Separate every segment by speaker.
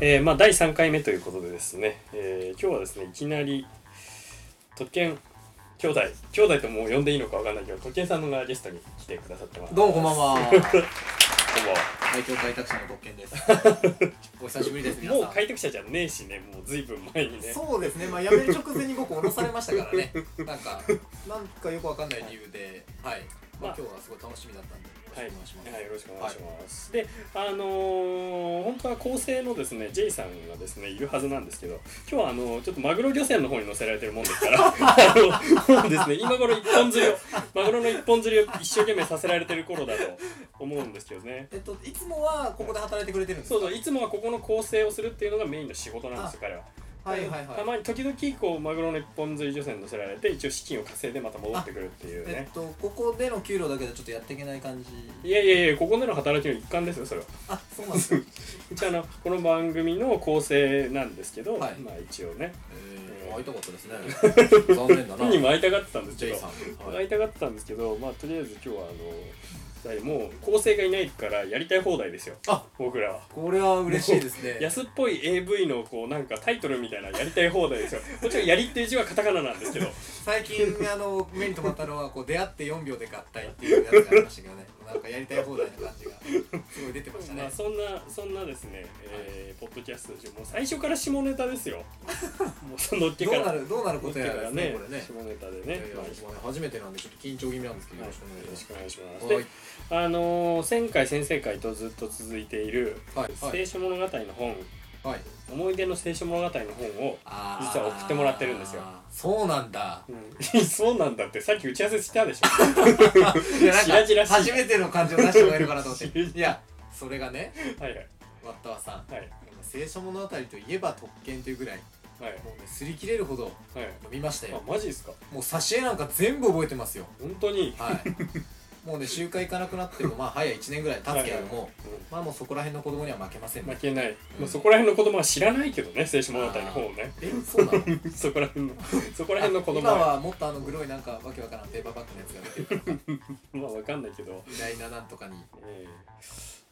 Speaker 1: えーまあ、第3回目ということでですね、えー今日はですねいきなり特権兄弟兄弟ともう呼んでいいのかわかんないけど特権さんがゲストに来てくださってます
Speaker 2: どうもこんばんは。
Speaker 1: こんばんは
Speaker 2: 愛嬌開拓者の特権です。 お久しぶりです皆さん。
Speaker 1: もう開拓者じゃねえしねもうずいぶん前にね
Speaker 2: そうですね。まあ辞める直前に僕降ろされましたから ね。なんかなんかよくわかんない理由で、はい。ま
Speaker 1: まあ
Speaker 2: あ今日はすごい楽しみだったんでよろ
Speaker 1: はい
Speaker 2: しくお願
Speaker 1: は
Speaker 2: いします。
Speaker 1: い、よろしくお願いします。で、あのー本当は構成のですね、J さんがですね、いるはずなんですけど、今日はあのーちょっとマグロ漁船の方に乗せられてるもんです から、あの、もうですね、今頃一本釣りを、マグロの一本釣りを一生懸命させられてる頃だと思うんですけどね。
Speaker 2: えっといつもはここで働いてくれてるんです
Speaker 1: そ
Speaker 2: か。
Speaker 1: うそう、いつもはここの構成をするっていうのがメインの仕事なんですよ、彼は。
Speaker 2: はいはい
Speaker 1: た
Speaker 2: はい。
Speaker 1: まに時々こうマグロの一本釣り漁船に乗せられて一応資金を稼いでまた戻ってくるっていう
Speaker 2: え
Speaker 1: ね
Speaker 2: っとここでの給料だけでちょっとやっていけない感じ。
Speaker 1: いやいやいやここでの働きの一環ですよそれは
Speaker 2: あそうなんですね。
Speaker 1: 一応あのこの番組の構成なんですけど、
Speaker 2: はい
Speaker 1: まあ一応ね
Speaker 2: えー会いたかったですね。 残念だな。
Speaker 1: 本人も会いたがってたんですけ
Speaker 2: J
Speaker 1: ど
Speaker 2: さん。は
Speaker 1: 会
Speaker 2: い
Speaker 1: いたがってたんですけどまあとりあえず今日はあのもう構成がいないからやりたい放題ですよ
Speaker 2: あ
Speaker 1: 僕らは。
Speaker 2: これは嬉しいですね。
Speaker 1: 安っぽい AV のこうなんかタイトルみたいなやりたい放題ですよもちろん「やり」っていう字はカタカナなんですけど
Speaker 2: 最 近あの目に留まったのはこう出会って4秒で合体っていうやつがありましたけどねなんかやりたい放題な感じがすごい出てました
Speaker 1: まあ
Speaker 2: ね
Speaker 1: そんなそんなですね、えーポッドキャストでもう最初から下ネタです よもうそのっけ
Speaker 2: ど
Speaker 1: か
Speaker 2: う
Speaker 1: ら
Speaker 2: なるどうなる
Speaker 1: の
Speaker 2: こ
Speaker 1: っ
Speaker 2: と
Speaker 1: け
Speaker 2: や
Speaker 1: からら
Speaker 2: ですね
Speaker 1: ね
Speaker 2: これね
Speaker 1: 下ネタで
Speaker 2: いや
Speaker 1: ね
Speaker 2: いや
Speaker 1: まあ
Speaker 2: 僕もね初めてなんでちょっと緊張気味なんですけどよろしくお願
Speaker 1: よ
Speaker 2: い
Speaker 1: ろし
Speaker 2: し
Speaker 1: くお願いしま。
Speaker 2: ますす
Speaker 1: で
Speaker 2: はい
Speaker 1: あのー、前回先々回とずっと続いている
Speaker 2: はい
Speaker 1: 「
Speaker 2: はい
Speaker 1: 聖書物語」の本
Speaker 2: はい
Speaker 1: 「思い出の聖書物語」の本を、
Speaker 2: あー
Speaker 1: 実は送ってもらってるんですよ
Speaker 2: そうなん だ
Speaker 1: うん、 そうなんだってさっき打ち合わせしたでしょ
Speaker 2: いやなん
Speaker 1: 白々しい
Speaker 2: か初めての感 じを出してもらえるかなと思って
Speaker 1: 白々
Speaker 2: いやそれがね
Speaker 1: はいはい
Speaker 2: ワッタワさん
Speaker 1: はい
Speaker 2: 聖書物語といえば特権というぐらい
Speaker 1: はい
Speaker 2: もうね擦り切れるほど
Speaker 1: はい
Speaker 2: 飲みました
Speaker 1: あ
Speaker 2: よ
Speaker 1: マジですか
Speaker 2: もう挿絵なんか全部覚えてますよ
Speaker 1: 本当に、
Speaker 2: はい、もうね集会行かなくなってもまあ早い1年ぐらい経つけども
Speaker 1: う
Speaker 2: まあもうそこら辺の子供には負けません
Speaker 1: ん、
Speaker 2: ね
Speaker 1: 負けない、
Speaker 2: う
Speaker 1: まあ、
Speaker 2: ん
Speaker 1: そこら辺の子供は知らないけどね聖書物語の本をね
Speaker 2: えそうなの
Speaker 1: そこら辺のそこら辺の子供
Speaker 2: 今はもっとあのグロいなんかわけわからんペーパーバッグのやつが出てるから
Speaker 1: まあわかんないけど
Speaker 2: 偉大ななんとかに
Speaker 1: えー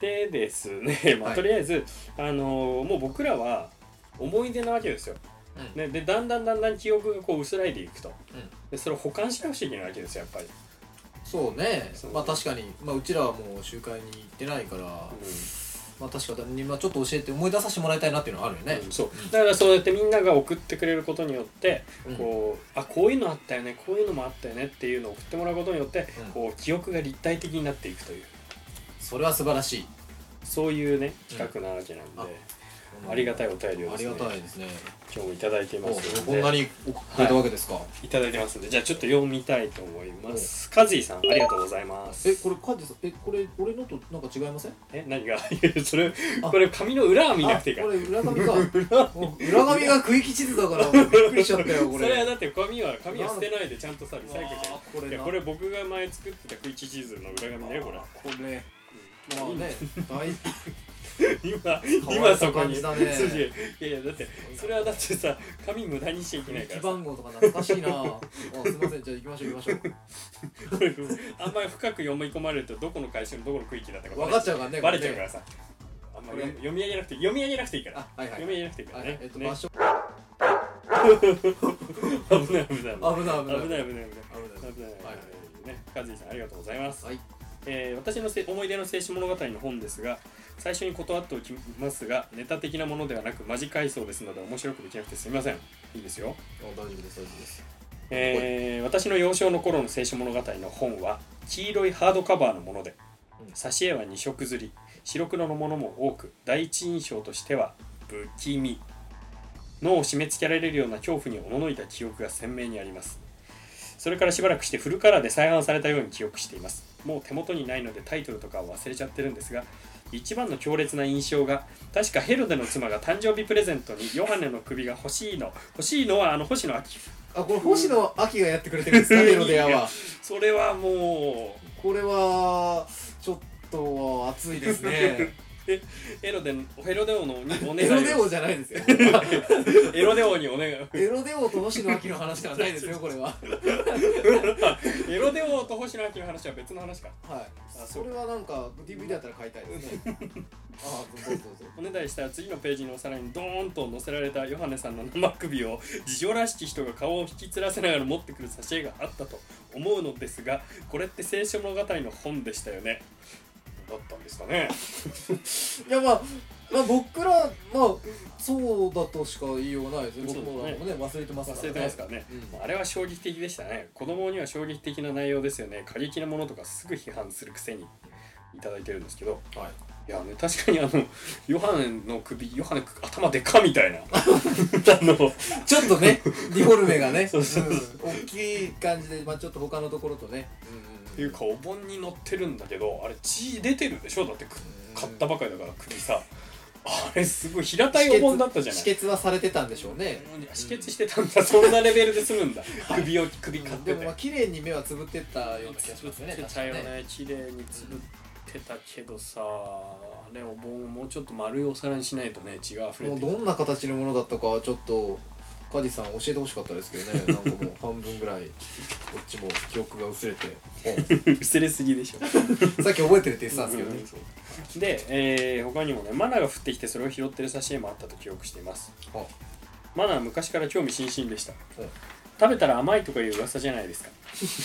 Speaker 1: でですね、まあ
Speaker 2: はい
Speaker 1: とりあえず、あのーもう僕らは思い出なわけですよ、
Speaker 2: うん
Speaker 1: ね、でだんだんだんだん記憶がこう薄らいでいくと
Speaker 2: うん
Speaker 1: でそれを保管しなくちゃいけないわけですよやっぱり、
Speaker 2: そうね
Speaker 1: そう
Speaker 2: まあ確かに、まあ、うちらはもう集会に行ってないから、まあ確かに、まあ、ちょっと教えて思い出させてもらいたいなっていうのはあるよね、
Speaker 1: うんそうだからそうやってみんなが送ってくれることによって、
Speaker 2: うん
Speaker 1: こうあこういうのあったよねこういうのもあったよねっていうのを送ってもらうことによって、
Speaker 2: うん
Speaker 1: こう記憶が立体的になっていくという
Speaker 2: それは素晴らしい
Speaker 1: そういうね企画なわけなんで、ありがたいお便りを
Speaker 2: あ
Speaker 1: です
Speaker 2: り
Speaker 1: ね
Speaker 2: がたいですね
Speaker 1: 今日もいただいていま
Speaker 2: お
Speaker 1: すの
Speaker 2: こ
Speaker 1: で
Speaker 2: んなに送ってくれたわけですか、
Speaker 1: いただいてますんでじゃあちょっと読みたいと思いますカズイさんありがとうございます
Speaker 2: えこれカジさんえこれ俺のとなんか違いません
Speaker 1: え何が いやそれこれ紙の裏は見なくていいか
Speaker 2: あこ
Speaker 1: ら
Speaker 2: れ 裏紙かもう裏紙が区域地図だからびっくりしちゃったよ
Speaker 1: そ
Speaker 2: これ
Speaker 1: れはだって紙は紙は捨てないでちゃんとさリサイクルじゃん
Speaker 2: これ
Speaker 1: いやこれ僕が前作ってたクイチチーズの裏紙ねこれ
Speaker 2: これまあね大
Speaker 1: 今
Speaker 2: かわ
Speaker 1: 今
Speaker 2: い
Speaker 1: そ
Speaker 2: さ
Speaker 1: こ
Speaker 2: 感
Speaker 1: に
Speaker 2: じ
Speaker 1: そ
Speaker 2: だ
Speaker 1: う
Speaker 2: ね
Speaker 1: いやいやだってそれはだってさ紙無駄にしちゃいけないか
Speaker 2: 一
Speaker 1: らさ
Speaker 2: 番号とか懐かしいなあすいませんじゃあ行きましょう行き まし
Speaker 1: これあんまり深く読み込まれるとどこの会社のどこの区域だったか
Speaker 2: ょう分かっちゃうからね
Speaker 1: バレちゃう
Speaker 2: こ
Speaker 1: か
Speaker 2: れ
Speaker 1: ら
Speaker 2: ね
Speaker 1: さあんまり読読み上げなくて読み上げなくていいから
Speaker 2: あはいはい
Speaker 1: 読み上げなくていいから
Speaker 2: はい
Speaker 1: ね
Speaker 2: えっと
Speaker 1: ね
Speaker 2: 場所
Speaker 1: 危ない危ない危ない危ない危ない危な
Speaker 2: 危ない危ない危ない
Speaker 1: い
Speaker 2: はい
Speaker 1: ねカズイさんありがとうございます、
Speaker 2: はい
Speaker 1: えー私のせ思い出の青春物語の本ですが最初に断っておきますがネタ的なものではなくマジ回想ですので面白くできなくてすみませんいいですよ
Speaker 2: あ大丈夫です大丈夫です
Speaker 1: えー私の幼少の頃の青春物語の本は黄色いハードカバーのもので
Speaker 2: うん
Speaker 1: 挿絵は2色刷り白黒のものも多く第一印象としては不気味脳を締め付けられるような恐怖におののいた記憶が鮮明にありますそれからしばらくしてフルカラーで再販されたように記憶していますもう手元にないのでタイトルとかは忘れちゃってるんですが一番の強烈な印象が確かヘロデの妻が誕生日プレゼントにヨハネの首が欲しいの欲しいのはあの星野明
Speaker 2: あこれ星野亜紀がやってくれてるんですか
Speaker 1: うん
Speaker 2: ヘロデアは
Speaker 1: それはもう
Speaker 2: これはちょっと熱いですね
Speaker 1: エロでエロデオのに お願
Speaker 2: エ
Speaker 1: いを
Speaker 2: ロデオじゃないですよ。これは
Speaker 1: エロデオにお願いを
Speaker 2: エロデオと星野秋の話ではないですよ、これ は。
Speaker 1: エロデオと星野明の話は別の話か
Speaker 2: はい。
Speaker 1: そう
Speaker 2: それはなんか DVD だったら買いたいですね。ああ、そうそうそう。
Speaker 1: おねだりしたら次のページのお皿にドーンと載せられたヨハネさんの生首を事情らしき人が顔を引きつらせながら持ってくる挿絵があったと思うのですがこれって聖書物語の本でしたよねだったんですかね
Speaker 2: いやまあまあ僕らまあそうだとしか言いようがないですね。僕も
Speaker 1: そうです
Speaker 2: ね忘れてますか
Speaker 1: 忘
Speaker 2: らね。
Speaker 1: れてますからねあれは衝撃的でしたね子供には衝撃的な内容ですよね過激なものとかすぐ批判するくせにいただいてるんですけど
Speaker 2: うん。はい。
Speaker 1: いやね確かにあのヨハネの首ヨハネ頭でかみたい なあの
Speaker 2: ちょっと ね、リフォルメがね、
Speaker 1: そうそう
Speaker 2: うん大きい感じで、まあちょっと他のところとね、
Speaker 1: っていうかお盆に乗ってるんだけどあれ血出てるでしょだってく買ったばかりだから首さあれすごい平たいお盆だったじゃない
Speaker 2: 止血はされてたんでしょうね。
Speaker 1: うん止血してたんだそんなレベルで済むんだ首を首買っ
Speaker 2: で
Speaker 1: て
Speaker 2: も
Speaker 1: て
Speaker 2: まあ綺麗に目はつぶってったような気がし
Speaker 1: つ
Speaker 2: ますね。
Speaker 1: ぶってたよ
Speaker 2: 確かにね
Speaker 1: ね綺麗につぶってたけどさあれお盆をもうちょっと丸いお皿にしないとね血が溢れ
Speaker 2: もう
Speaker 1: て
Speaker 2: どんな形のものだったかはちょっとカジさん教えてほしかったです けどね。なんかもう半分ぐらいこっちも記憶が薄れて、
Speaker 1: 薄れすぎでしょ
Speaker 2: さっき覚えてるって言ってたんですけどね。
Speaker 1: で、えー他にもねマナが降ってきてそれを拾ってる挿絵もあったと記憶しています
Speaker 2: あ
Speaker 1: マナは昔から興味津々でした
Speaker 2: うん
Speaker 1: 食べたら甘いとかいう噂じゃないですか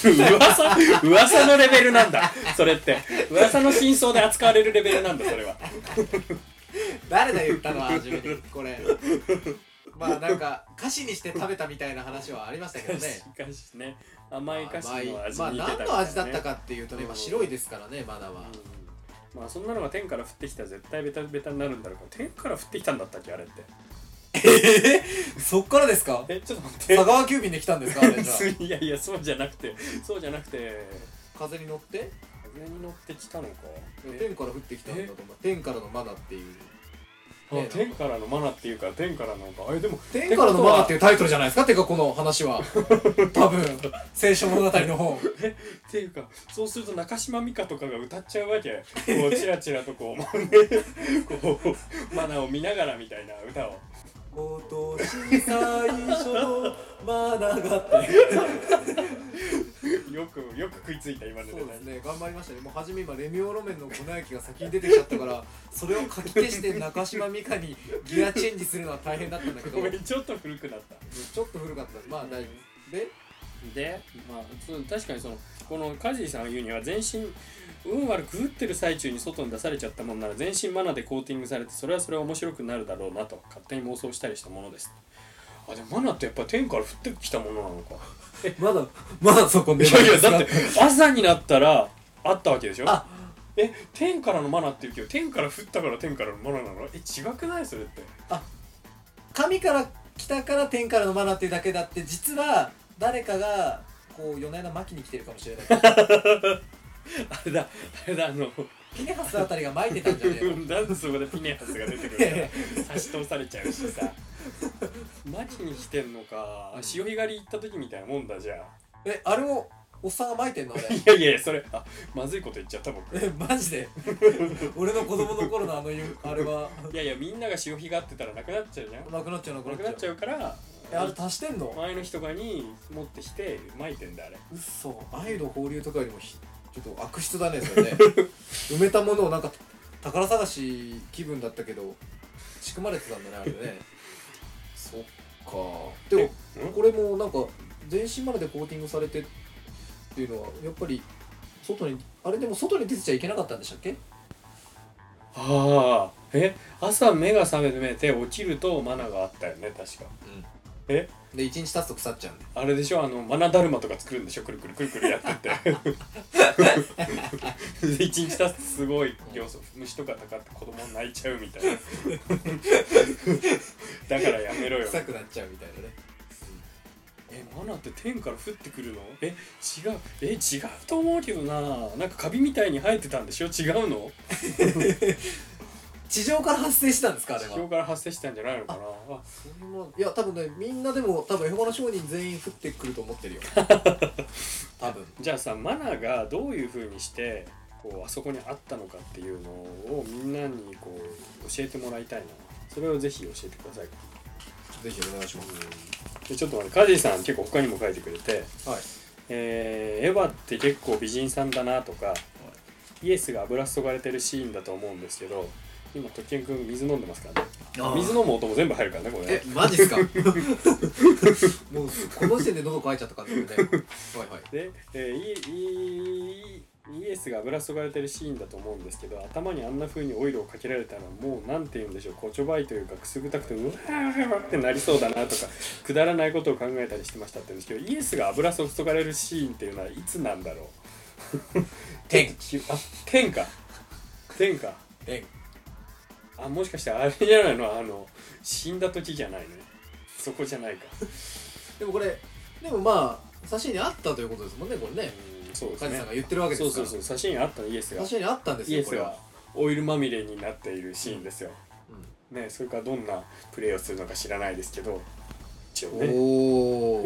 Speaker 1: 噂噂のレベルなんだそれって噂の真相で扱われるレベルなんだそれは
Speaker 2: 誰だ言ったの初めに これ。まあなんか菓子にして食べたみたいな話はありましたけどね。
Speaker 1: しかしね 甘い菓子の味
Speaker 2: まあ
Speaker 1: に似てたみたいなね
Speaker 2: 何の味だったかっていうとね、
Speaker 1: うん
Speaker 2: まあ白いですからねまだは、
Speaker 1: うんまあそんなのが天から降ってきたら絶対ベタベタになるんだろうから天から降ってきたんだったっけあれって
Speaker 2: そっからですか
Speaker 1: えちょっと待
Speaker 2: 佐川急便で来たんですかあ れじゃ
Speaker 1: っていやいやそうじゃなくてそうじゃなくて
Speaker 2: あ風に乗って
Speaker 1: 上に乗ってきたのかえ
Speaker 2: 天から降ってきたんだと思う天からのマナっていう
Speaker 1: あ天からのマナっていうから天からなんかあれでも
Speaker 2: 天からのマナっていうタイトルじゃないですかてかこの話 は多分聖書物語の本
Speaker 1: っていうかそうすると中島美嘉とかが歌っちゃうわけこ うチラチラとこうこうマナを見ながらみたいな歌を
Speaker 2: 今年最初のマナがって
Speaker 1: よくよく食いついた今ので
Speaker 2: そうですね頑張りましたねもう初め今レミオロメンの粉雪が先に出てきちゃったからそれをかき消して中島美嘉にギアチェンジするのは大変だったんだけど
Speaker 1: ごめんちょっと古くなった
Speaker 2: ちょっと古かったですまあ大丈夫で
Speaker 1: で、まあ、そう確かにそのこのカジーさんが言うには全身運悪く打ってる最中に外に出されちゃったもんなら全身マナでコーティングされてそれはそれは面白くなるだろうなと勝手に妄想したりしたものですあでもマナってやっぱ天から降ってきたものなのか
Speaker 2: まだまだそこ
Speaker 1: い
Speaker 2: で
Speaker 1: やいやだ って朝になったらあったわけでしょ
Speaker 2: あ
Speaker 1: え天からのマナって言うけど天から降ったから天からのマナなのえ違くないそれって
Speaker 2: 神から来たから天からのマナっていうだけだって実は誰かがこう夜な夜な巻きに来てるかもしれない
Speaker 1: あれだあれだあの
Speaker 2: ピネハスあたりが巻いてたんじゃねえの
Speaker 1: なんでそこでピネハスが出てく
Speaker 2: い
Speaker 1: る
Speaker 2: やいや
Speaker 1: の差し通されちゃうしさマジに来てんのか潮干狩り行った時みたいなもんだじゃあ
Speaker 2: えあれをおっさんが巻いてんのあれ
Speaker 1: いやいやそれあまずいこと言っちゃった僕
Speaker 2: えマジで俺の子供の頃のあのゆあれはい
Speaker 1: やいやみんなが潮干狩ってたらなくなっちゃうじゃん
Speaker 2: なくなっちゃうなく
Speaker 1: なく
Speaker 2: な
Speaker 1: な
Speaker 2: っ
Speaker 1: っ
Speaker 2: ち
Speaker 1: ち
Speaker 2: ゃ
Speaker 1: ゃ
Speaker 2: う
Speaker 1: うから
Speaker 2: えあれ足してんの
Speaker 1: 前の人がに持ってきて巻いてんだあれ
Speaker 2: うっそ愛の放流とかよりもひちょっと悪質だねそれね埋めたものをなんか宝探し気分だったけど仕組まれてたんだねあれねそっかで
Speaker 1: えん
Speaker 2: もこれもなんか全身までコーティングされてっていうのはやっぱり外にあれでも外に出てちゃいけなかったんでしたっけ
Speaker 1: ああえ朝目が覚めて起きるとマナがあったよね確かえ
Speaker 2: で一日経つと腐っちゃうんで
Speaker 1: あれでしょあのマナだるまとか作るんでしょくるくるくるくるやって ってで一日経つとすごい量素虫とかたかって子供泣いちゃうみたいなだからやめろよ
Speaker 2: 臭くなっちゃうみたいなね
Speaker 1: えマナって天から降ってくるのえ違うえ違うと思うけどななんかカビみたいに生えてたんでしょ違うの
Speaker 2: 地上から発生したんですかあれ
Speaker 1: 地
Speaker 2: は
Speaker 1: 表から発生したんじゃないのかなあ
Speaker 2: そういうもんいや多分ねみんなでも多分エホバの商人全員降って くると思ってるよ多分
Speaker 1: じゃあさマナがどういうふうにしてこうあそこにあったのかっていうのをみんなにこう教えてもらいたいなそれをぜひ教えてください、
Speaker 2: ぜひお願いしま
Speaker 1: でちょっと待ってカジーさん結構他にも書いてくれて、
Speaker 2: すはい
Speaker 1: えーエヴァって結構美人さんだなとか、イエスが油注がれてるシーンだと思うんですけど今特権くん水飲んでますからね水飲む音も全部入るからねこれね
Speaker 2: えマジっす かもうこの時点で喉乾いちゃった感じだよねはいはい
Speaker 1: で、えーイイイイエスが油注がれてるシーンだと思うんですけど頭にあんな風にオイルをかけられたらもうなんて言うんでしょうこちょばいというかくすぐたくてうわーってなりそうだなとかくだらないことを考えたりしてましたって言うんですけどイエスが油注がれるシーンっていうのはいつなんだろう
Speaker 2: 天
Speaker 1: あ天か天か
Speaker 2: 天
Speaker 1: あもしかしてあれじゃないのあの死んだ時じゃないのねそこじゃないか
Speaker 2: でもこれでもまあ写真にあったということですもんねこれね
Speaker 1: うんそうです
Speaker 2: 梶
Speaker 1: ね
Speaker 2: さんが言ってるわけで
Speaker 1: そう
Speaker 2: すか
Speaker 1: そう
Speaker 2: ら
Speaker 1: そう写真あったのイエスが
Speaker 2: 写真にあったんです
Speaker 1: イエ
Speaker 2: よこ
Speaker 1: ス
Speaker 2: れ
Speaker 1: が
Speaker 2: は
Speaker 1: オイルまみれになっているシーンですよ、
Speaker 2: うん
Speaker 1: ね、それからどんなプレーをするのか知らないですけど一応ね
Speaker 2: お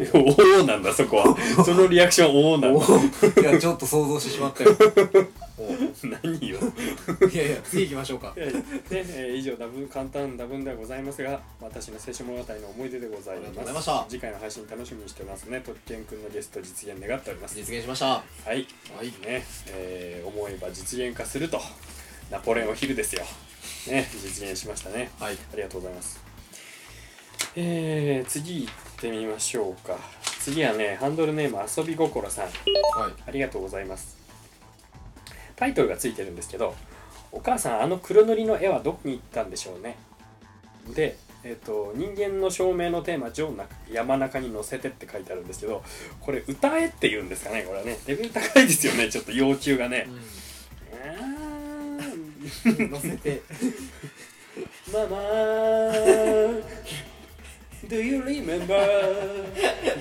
Speaker 2: お
Speaker 1: おおなんだそこ はそのリアクションおおなんだ
Speaker 2: いやちょっと想像してしまったよお
Speaker 1: 何よ
Speaker 2: いやいや次行きましょうか
Speaker 1: で、えー以上ダブ簡単ダブンではございますが私の青春物語の思い出でござい
Speaker 2: ありがとう
Speaker 1: ま
Speaker 2: ご
Speaker 1: す
Speaker 2: ざいました
Speaker 1: 次回の配信楽しみにしてますね特権くんのゲスト実現願っております
Speaker 2: 実現しましたは
Speaker 1: はい
Speaker 2: い
Speaker 1: ね、えー思えば実現化するとナポレオンヒルですよね実現しましたね
Speaker 2: はい
Speaker 1: ありがとうございます。えー、次行ってみましょうか。次はね、ハンドルネーム遊び心さん。
Speaker 2: はい
Speaker 1: ありがとうございます。タイトルがついてるんですけど、お母さん、あの黒塗りの絵はどこに行ったんでしょうね。で、えっ、と、人間の証明のテーマ、ジョーな山中に乗せてって書いてあるんですけど、これ、歌えって言うんですかね、これはね。レベル高いですよね、ちょっと要求がね。うーん
Speaker 2: うん乗せて
Speaker 1: ママ Do you remember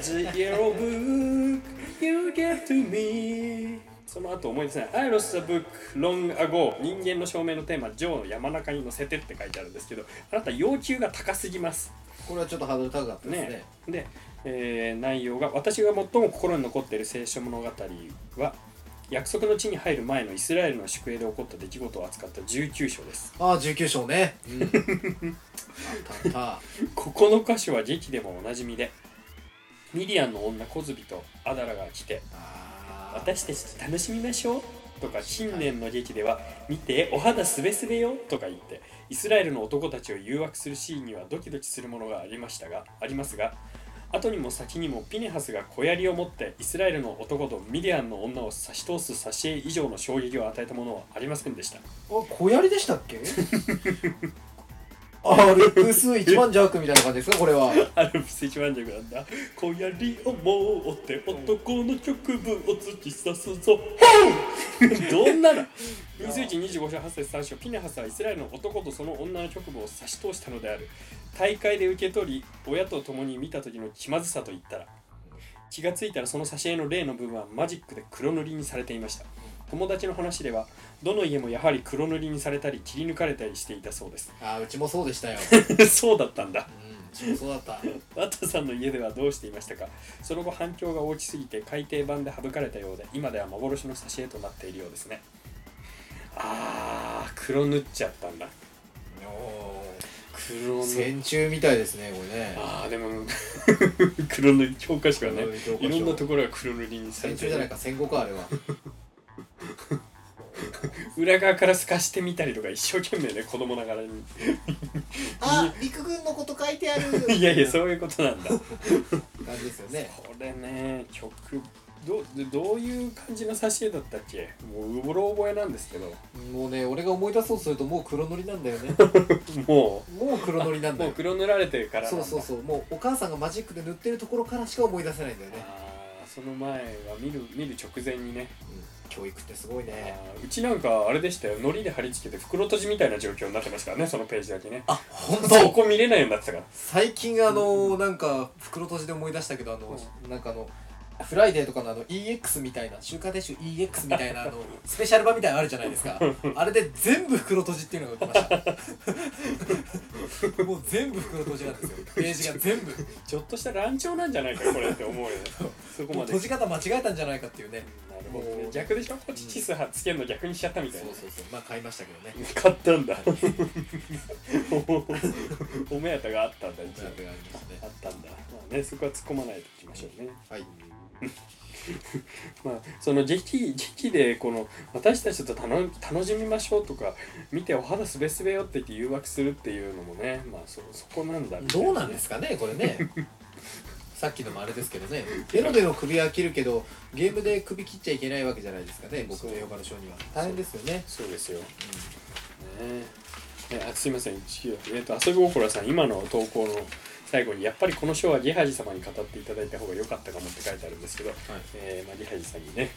Speaker 1: the yellow book you gave to me? その後思い出せない。I lost the book long ago 人間の証明のテーマ、ジョーの山中に乗せてって書いてあるんですけど、あなた要求が高すぎます。
Speaker 2: これはちょっとハードル高かったですね
Speaker 1: ねで、えー内容が私が最も心に残っている聖書物語は約束の地に入る前のイスラエルの宿営で起こった出来事を扱った19章です。
Speaker 2: ああ19章ね、うん、あったあった
Speaker 1: ここの歌詞は劇でもおなじみでミリアンの女コズビとアダラが来て「
Speaker 2: あー
Speaker 1: 私たち楽しみましょう」とか新年の劇では「見てお肌すべすべよ」とか言ってイスラエルの男たちを誘惑するシーンにはドキドキするものがありましたがありますが後にも先にもピネハスが小槍を持ってイスラエルの男とミリアンの女を差し通す挿絵以上の衝撃を与えたものはありませんでした
Speaker 2: あ小槍でしたっけあルプス1万弱みたいな感じですかこれは
Speaker 1: アルプス一番弱なんだ小槍を持って男の局部を突き刺すぞほうどんなだ2125章8節3章ピネハスはイスラエルの男とその女の局部を差し通したのである大会で受け取り親と共に見た時の気まずさと言ったら気がついたらその挿絵の例の部分はマジックで黒塗りにされていました友達の話ではどの家もやはり黒塗りにされたり切り抜かれたりしていたそうです
Speaker 2: あーうちもそうでしたよ、
Speaker 1: そうだったんだ
Speaker 2: うん、うちもそうだった
Speaker 1: ワトさんの家ではどうしていましたかその後反響が大きすぎて改訂版で省かれたようで今では幻の挿絵となっているようですねあー黒塗っちゃったんだ黒塗っ
Speaker 2: 戦中みたいですねこれね
Speaker 1: あーでも 黒塗り教科書がね
Speaker 2: 黒塗り教科書
Speaker 1: いろんなところが黒塗りにされ
Speaker 2: 戦
Speaker 1: て
Speaker 2: 中
Speaker 1: る
Speaker 2: じゃないか戦後か あれは
Speaker 1: 裏側から透かしてみたりとか一生懸命ね子供ながら に
Speaker 2: あ陸軍のこと書いてある
Speaker 1: いやいやそういうことなんだ
Speaker 2: 感じですよね
Speaker 1: これね曲どどういう感じの挿絵だったっけもううろ覚えなんですけど
Speaker 2: もうね俺が思い出そうとするともう黒塗りなんだよね
Speaker 1: もう
Speaker 2: もう黒塗りなんだ
Speaker 1: もう
Speaker 2: よ
Speaker 1: 黒塗られてからなん
Speaker 2: そ
Speaker 1: だ
Speaker 2: うそうそうもうお母さんがマジックで塗ってるところからしか思い出せないんだよね、
Speaker 1: あーその前は見る見る直前にね
Speaker 2: うん、教育ってすごいね
Speaker 1: あーうちなんかあれでしたよ糊で貼り付けて袋閉じみたいな状況になってますからねそのページだけね
Speaker 2: あ本
Speaker 1: そこ見れないようになってたから
Speaker 2: 最近あのーなんか袋閉じで思い出したけどあの、なんかあのフライデーとかのあの EX みた いな週刊デッシュ EX みたいなあのスペシャル版みたいなのあるじゃないですかあれで全部袋閉じっていうのが売ってました もう全部袋閉じなんですよページが全部
Speaker 1: ちょっとした乱調なんじゃないかこれって思うよねそこ
Speaker 2: もう
Speaker 1: まで
Speaker 2: 閉じ方間違えたんじゃないかっていうね
Speaker 1: なるるほど
Speaker 2: も
Speaker 1: ね
Speaker 2: う
Speaker 1: 逆でしょポチチスはつけるの逆にしちゃったみたい
Speaker 2: そ
Speaker 1: な
Speaker 2: うそうそうまあ買いましたけどね
Speaker 1: 買ったんだ お目当てがあったんだ一
Speaker 2: そ
Speaker 1: 応
Speaker 2: れがありますね
Speaker 1: あったんだ、まあね、そこは突っ込まないといきましょうね、
Speaker 2: はい
Speaker 1: まあ、その時期時期でこの私たちと楽楽しみましょうとか見てお肌すべすべよって言って誘惑するっていうのもね、まあ、そそこなんだみたい
Speaker 2: どうなんですかねこれ ねさっきのもあれですけどねエロでも首は切るけどゲームで首切っちゃいけないわけじゃないですかね僕のヨガの章には大変ですよね、
Speaker 1: そうですよ、ね
Speaker 2: う
Speaker 1: えあすいません一応、えー、と遊び心さん今の投稿の最後にやっぱりこの書はゲハジ様に語っていただいた方が良かったかもって書いてあるんですけど、
Speaker 2: んはい
Speaker 1: えーまあ、ゲハジさんにね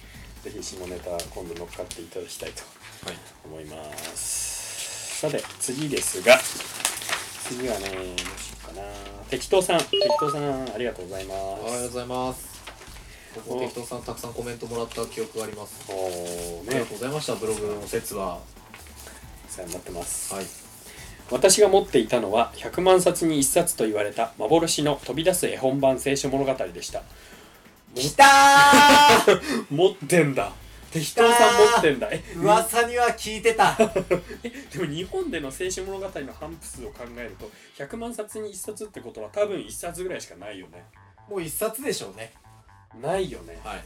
Speaker 1: ぜひ下ネタ今度乗っかっていただきたいと
Speaker 2: はい
Speaker 1: 思いますさて次ですが次はねどうしようかな適当さん適当さんありがとうございま
Speaker 2: おはよう
Speaker 1: す
Speaker 2: ございます僕も適当さんたくさんコメントもらった記憶があります
Speaker 1: おお
Speaker 2: ありが
Speaker 1: ね
Speaker 2: とうございましたブログの説はは
Speaker 1: お世話になってます、
Speaker 2: い
Speaker 1: 私が持っていたのは100万冊に1冊と言われた幻の飛び出す絵本版聖書物語でした
Speaker 2: きたー
Speaker 1: 持ってんだ適当さん持ってんだえ
Speaker 2: 噂には聞いてた
Speaker 1: でも日本での聖書物語の反布数を考えると100万冊に1冊ってことは多分1冊ぐらいしかないよね
Speaker 2: もう一冊でしょうね
Speaker 1: ないよね
Speaker 2: はい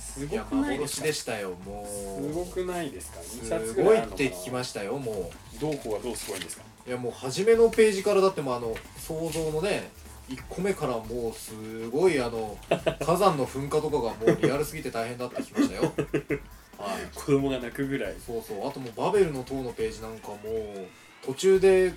Speaker 1: す
Speaker 2: い
Speaker 1: ご
Speaker 2: や
Speaker 1: くないです
Speaker 2: 幻
Speaker 1: か
Speaker 2: でしたよもう
Speaker 1: すごくないですか2冊
Speaker 2: す
Speaker 1: ぐ
Speaker 2: ご
Speaker 1: らい
Speaker 2: い
Speaker 1: あ
Speaker 2: っ
Speaker 1: るのかな
Speaker 2: て聞きましたよも
Speaker 1: どうこうがどうすごいんですか
Speaker 2: ういやもう初めのページからだってもうあの想像のね1個目からもうすごいあの火山の噴火とかがもうリアルすぎて大変だって聞きましたよはい
Speaker 1: 子供が泣くぐらい
Speaker 2: そうそうあともうバベルの塔のページなんかもう途中で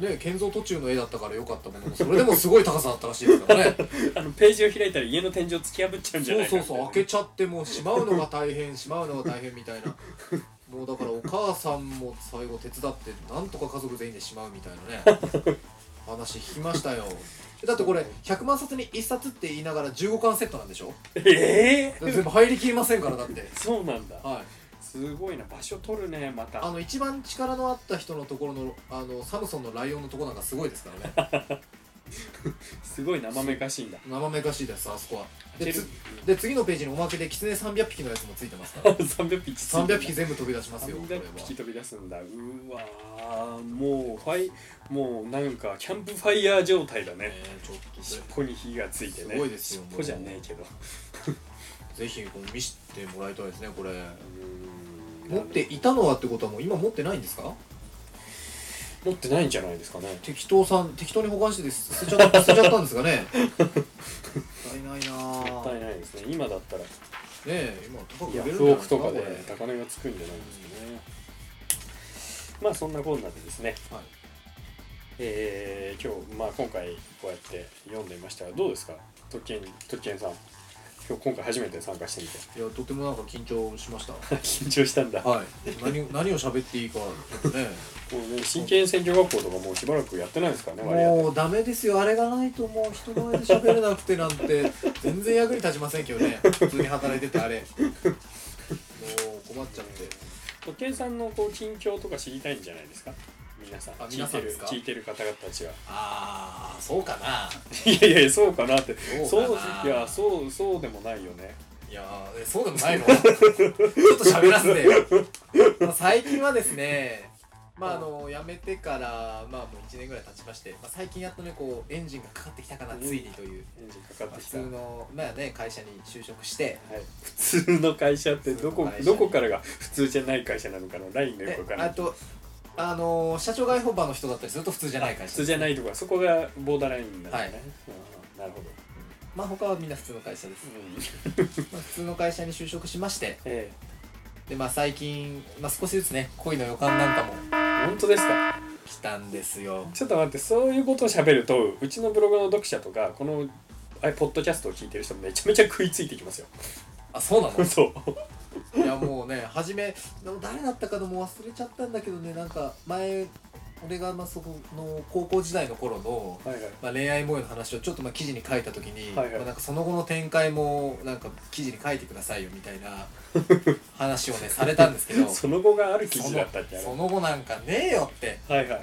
Speaker 2: ね建造途中の絵だったから良かったもののそれでもすごい高さだったらしいですからね
Speaker 1: あのページを開いたら家の天井突き破っちゃうんじゃ
Speaker 2: そ
Speaker 1: ない
Speaker 2: う
Speaker 1: か
Speaker 2: そう
Speaker 1: みたい
Speaker 2: そ
Speaker 1: な
Speaker 2: う開けちゃってもうしまうのが大変しまうのが大変みたいなもうだからお母さんも最後手伝ってなんとか家族全員でしまうみたいなね話聞きましたよだってこれ100万冊に1冊って言いながら15巻セットなんでしょ
Speaker 1: え
Speaker 2: だって全部入りきりませんからだって
Speaker 1: ーそうなんだ
Speaker 2: はい
Speaker 1: すごいな場所取るねまた
Speaker 2: あの一番力のあった人のところのあのサムソンのライオンのところなんかすごいですからね
Speaker 1: すごい生めかしいんだ
Speaker 2: 生めかしいですあそこはで
Speaker 1: で
Speaker 2: つで次のページにおまけでキツネ300匹のやつもついてますから
Speaker 1: 300匹ついて
Speaker 2: 300
Speaker 1: る
Speaker 2: 匹全部飛び出しますよこれは
Speaker 1: 300匹飛び出すんだうーわーもうファイもうなんかキャンプファイヤー状態だね
Speaker 2: えーちょっ
Speaker 1: 尻
Speaker 2: と
Speaker 1: 尾に火がついてね
Speaker 2: すごいですよ
Speaker 1: 尻尾じゃねえけど
Speaker 2: ぜひこの見せてもらいたいですねこれ
Speaker 1: うーん
Speaker 2: 持っていたのはってことはもう今持ってないんですか
Speaker 1: 持ってないんじゃないですかね
Speaker 2: 適当さん適当に保管してて捨てちゃった捨てちゃったんですかねもったいないな
Speaker 1: もっ
Speaker 2: ぁ
Speaker 1: た
Speaker 2: ね
Speaker 1: いないですね今だったら
Speaker 2: え今高く売れ
Speaker 1: ヤ
Speaker 2: るん
Speaker 1: フ
Speaker 2: じゃない
Speaker 1: オ
Speaker 2: で
Speaker 1: ク
Speaker 2: す
Speaker 1: と
Speaker 2: か
Speaker 1: かで
Speaker 2: これ
Speaker 1: 高値がつくんじゃないですかねまあそんなこんなでですね、
Speaker 2: はい
Speaker 1: えー今日まあ今回こうやって読んでみましたがどうですか特権特権さん今日今回初めて参加してみ て
Speaker 2: いやとてもなんか緊張しました
Speaker 1: 緊張したんだも
Speaker 2: はい、何を何を喋っていいかね
Speaker 1: うね真剣選挙学校とかもうしばらくやってないですからね割合
Speaker 2: もうダメですよあれがないともう人前で喋れなくてなんて全然役に立ちませんけどね普通に働いててあれもう困っちゃって
Speaker 1: 特権さんのこう近況とか知りたいんじゃないですか皆さん
Speaker 2: あ
Speaker 1: 聞
Speaker 2: 皆
Speaker 1: い
Speaker 2: さ
Speaker 1: て
Speaker 2: んで
Speaker 1: る
Speaker 2: すか
Speaker 1: 聞いてる方々たちが
Speaker 2: ああそうかない
Speaker 1: やいやそうかなって
Speaker 2: そう
Speaker 1: そう
Speaker 2: かない
Speaker 1: やそうそうでもないよね
Speaker 2: いやーえそうでも ないのちょっと喋らせてよ、まあ最近はですねまああの辞めてからまあもう1年ぐらい経ちまして、まあ、最近やっとねこうエンジンがかかってきたかなついにという、
Speaker 1: エンジンかか
Speaker 2: ま
Speaker 1: っ
Speaker 2: あ
Speaker 1: て
Speaker 2: 普
Speaker 1: きた
Speaker 2: 通のまあね会社に就職して
Speaker 1: はい、普通の会社ってどこ
Speaker 2: 普通の会社
Speaker 1: どこからが普通じゃない会社なのかのラインがよくわから
Speaker 2: え
Speaker 1: な
Speaker 2: あ
Speaker 1: い
Speaker 2: とあのー社長外報場の人だったりすると普通じゃない会
Speaker 1: 普
Speaker 2: 社
Speaker 1: 通じゃないとこそこがボーダーラインなんだね、
Speaker 2: はい
Speaker 1: うんなるほど、
Speaker 2: まあ他はみんな普通の会社です、
Speaker 1: うん
Speaker 2: まあ、普通の会社に就職しまして
Speaker 1: え
Speaker 2: でまあ最近、まあ、少しずつね恋の予感なんかも
Speaker 1: え本当ですか
Speaker 2: 来たんですよ
Speaker 1: ちょっと待ってそういうことを喋るとうちのブログの読者とかこのあれポッドキャストを聞いてる人めちゃめちゃ食いついてきますよ
Speaker 2: あそうなの
Speaker 1: そう
Speaker 2: いやもうね初めでも誰だったかのもう忘れちゃったんだけどねなんか前俺がまあそこの高校時代の頃の、
Speaker 1: はいはい
Speaker 2: まあ、恋愛模様の話をちょっとまあ記事に書いた時に、
Speaker 1: はいはい
Speaker 2: まあ、なんかその後の展開もなんか記事に書いてくださいよみたいな 話をねされたんですけ ど
Speaker 1: その後がある記事だったってあれ
Speaker 2: そのその後なんかねえよって
Speaker 1: はいはいはい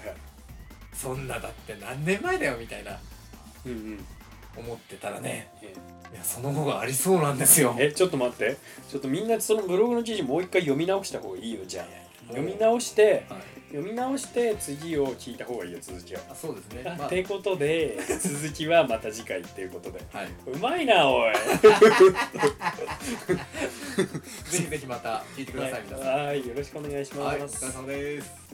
Speaker 2: そんなだって何年前だよみたいな
Speaker 1: うんうん
Speaker 2: 思ってたらね
Speaker 1: えー
Speaker 2: いやその方がありそうなんですよ
Speaker 1: えちょっと待ってちょっとみんなそのブログの記事もう一回読み直した方がいいよじゃあ読み直して
Speaker 2: はい
Speaker 1: 読み直して次を聞いた方がいいよ続きは。
Speaker 2: あそうですね
Speaker 1: と、
Speaker 2: まあ
Speaker 1: てことで続きはまた次回っていうことで
Speaker 2: はいう
Speaker 1: まいなおい
Speaker 2: ぜひぜひまた聞いてください皆さん
Speaker 1: はいよろしくお願いします。
Speaker 2: はいお疲れ様です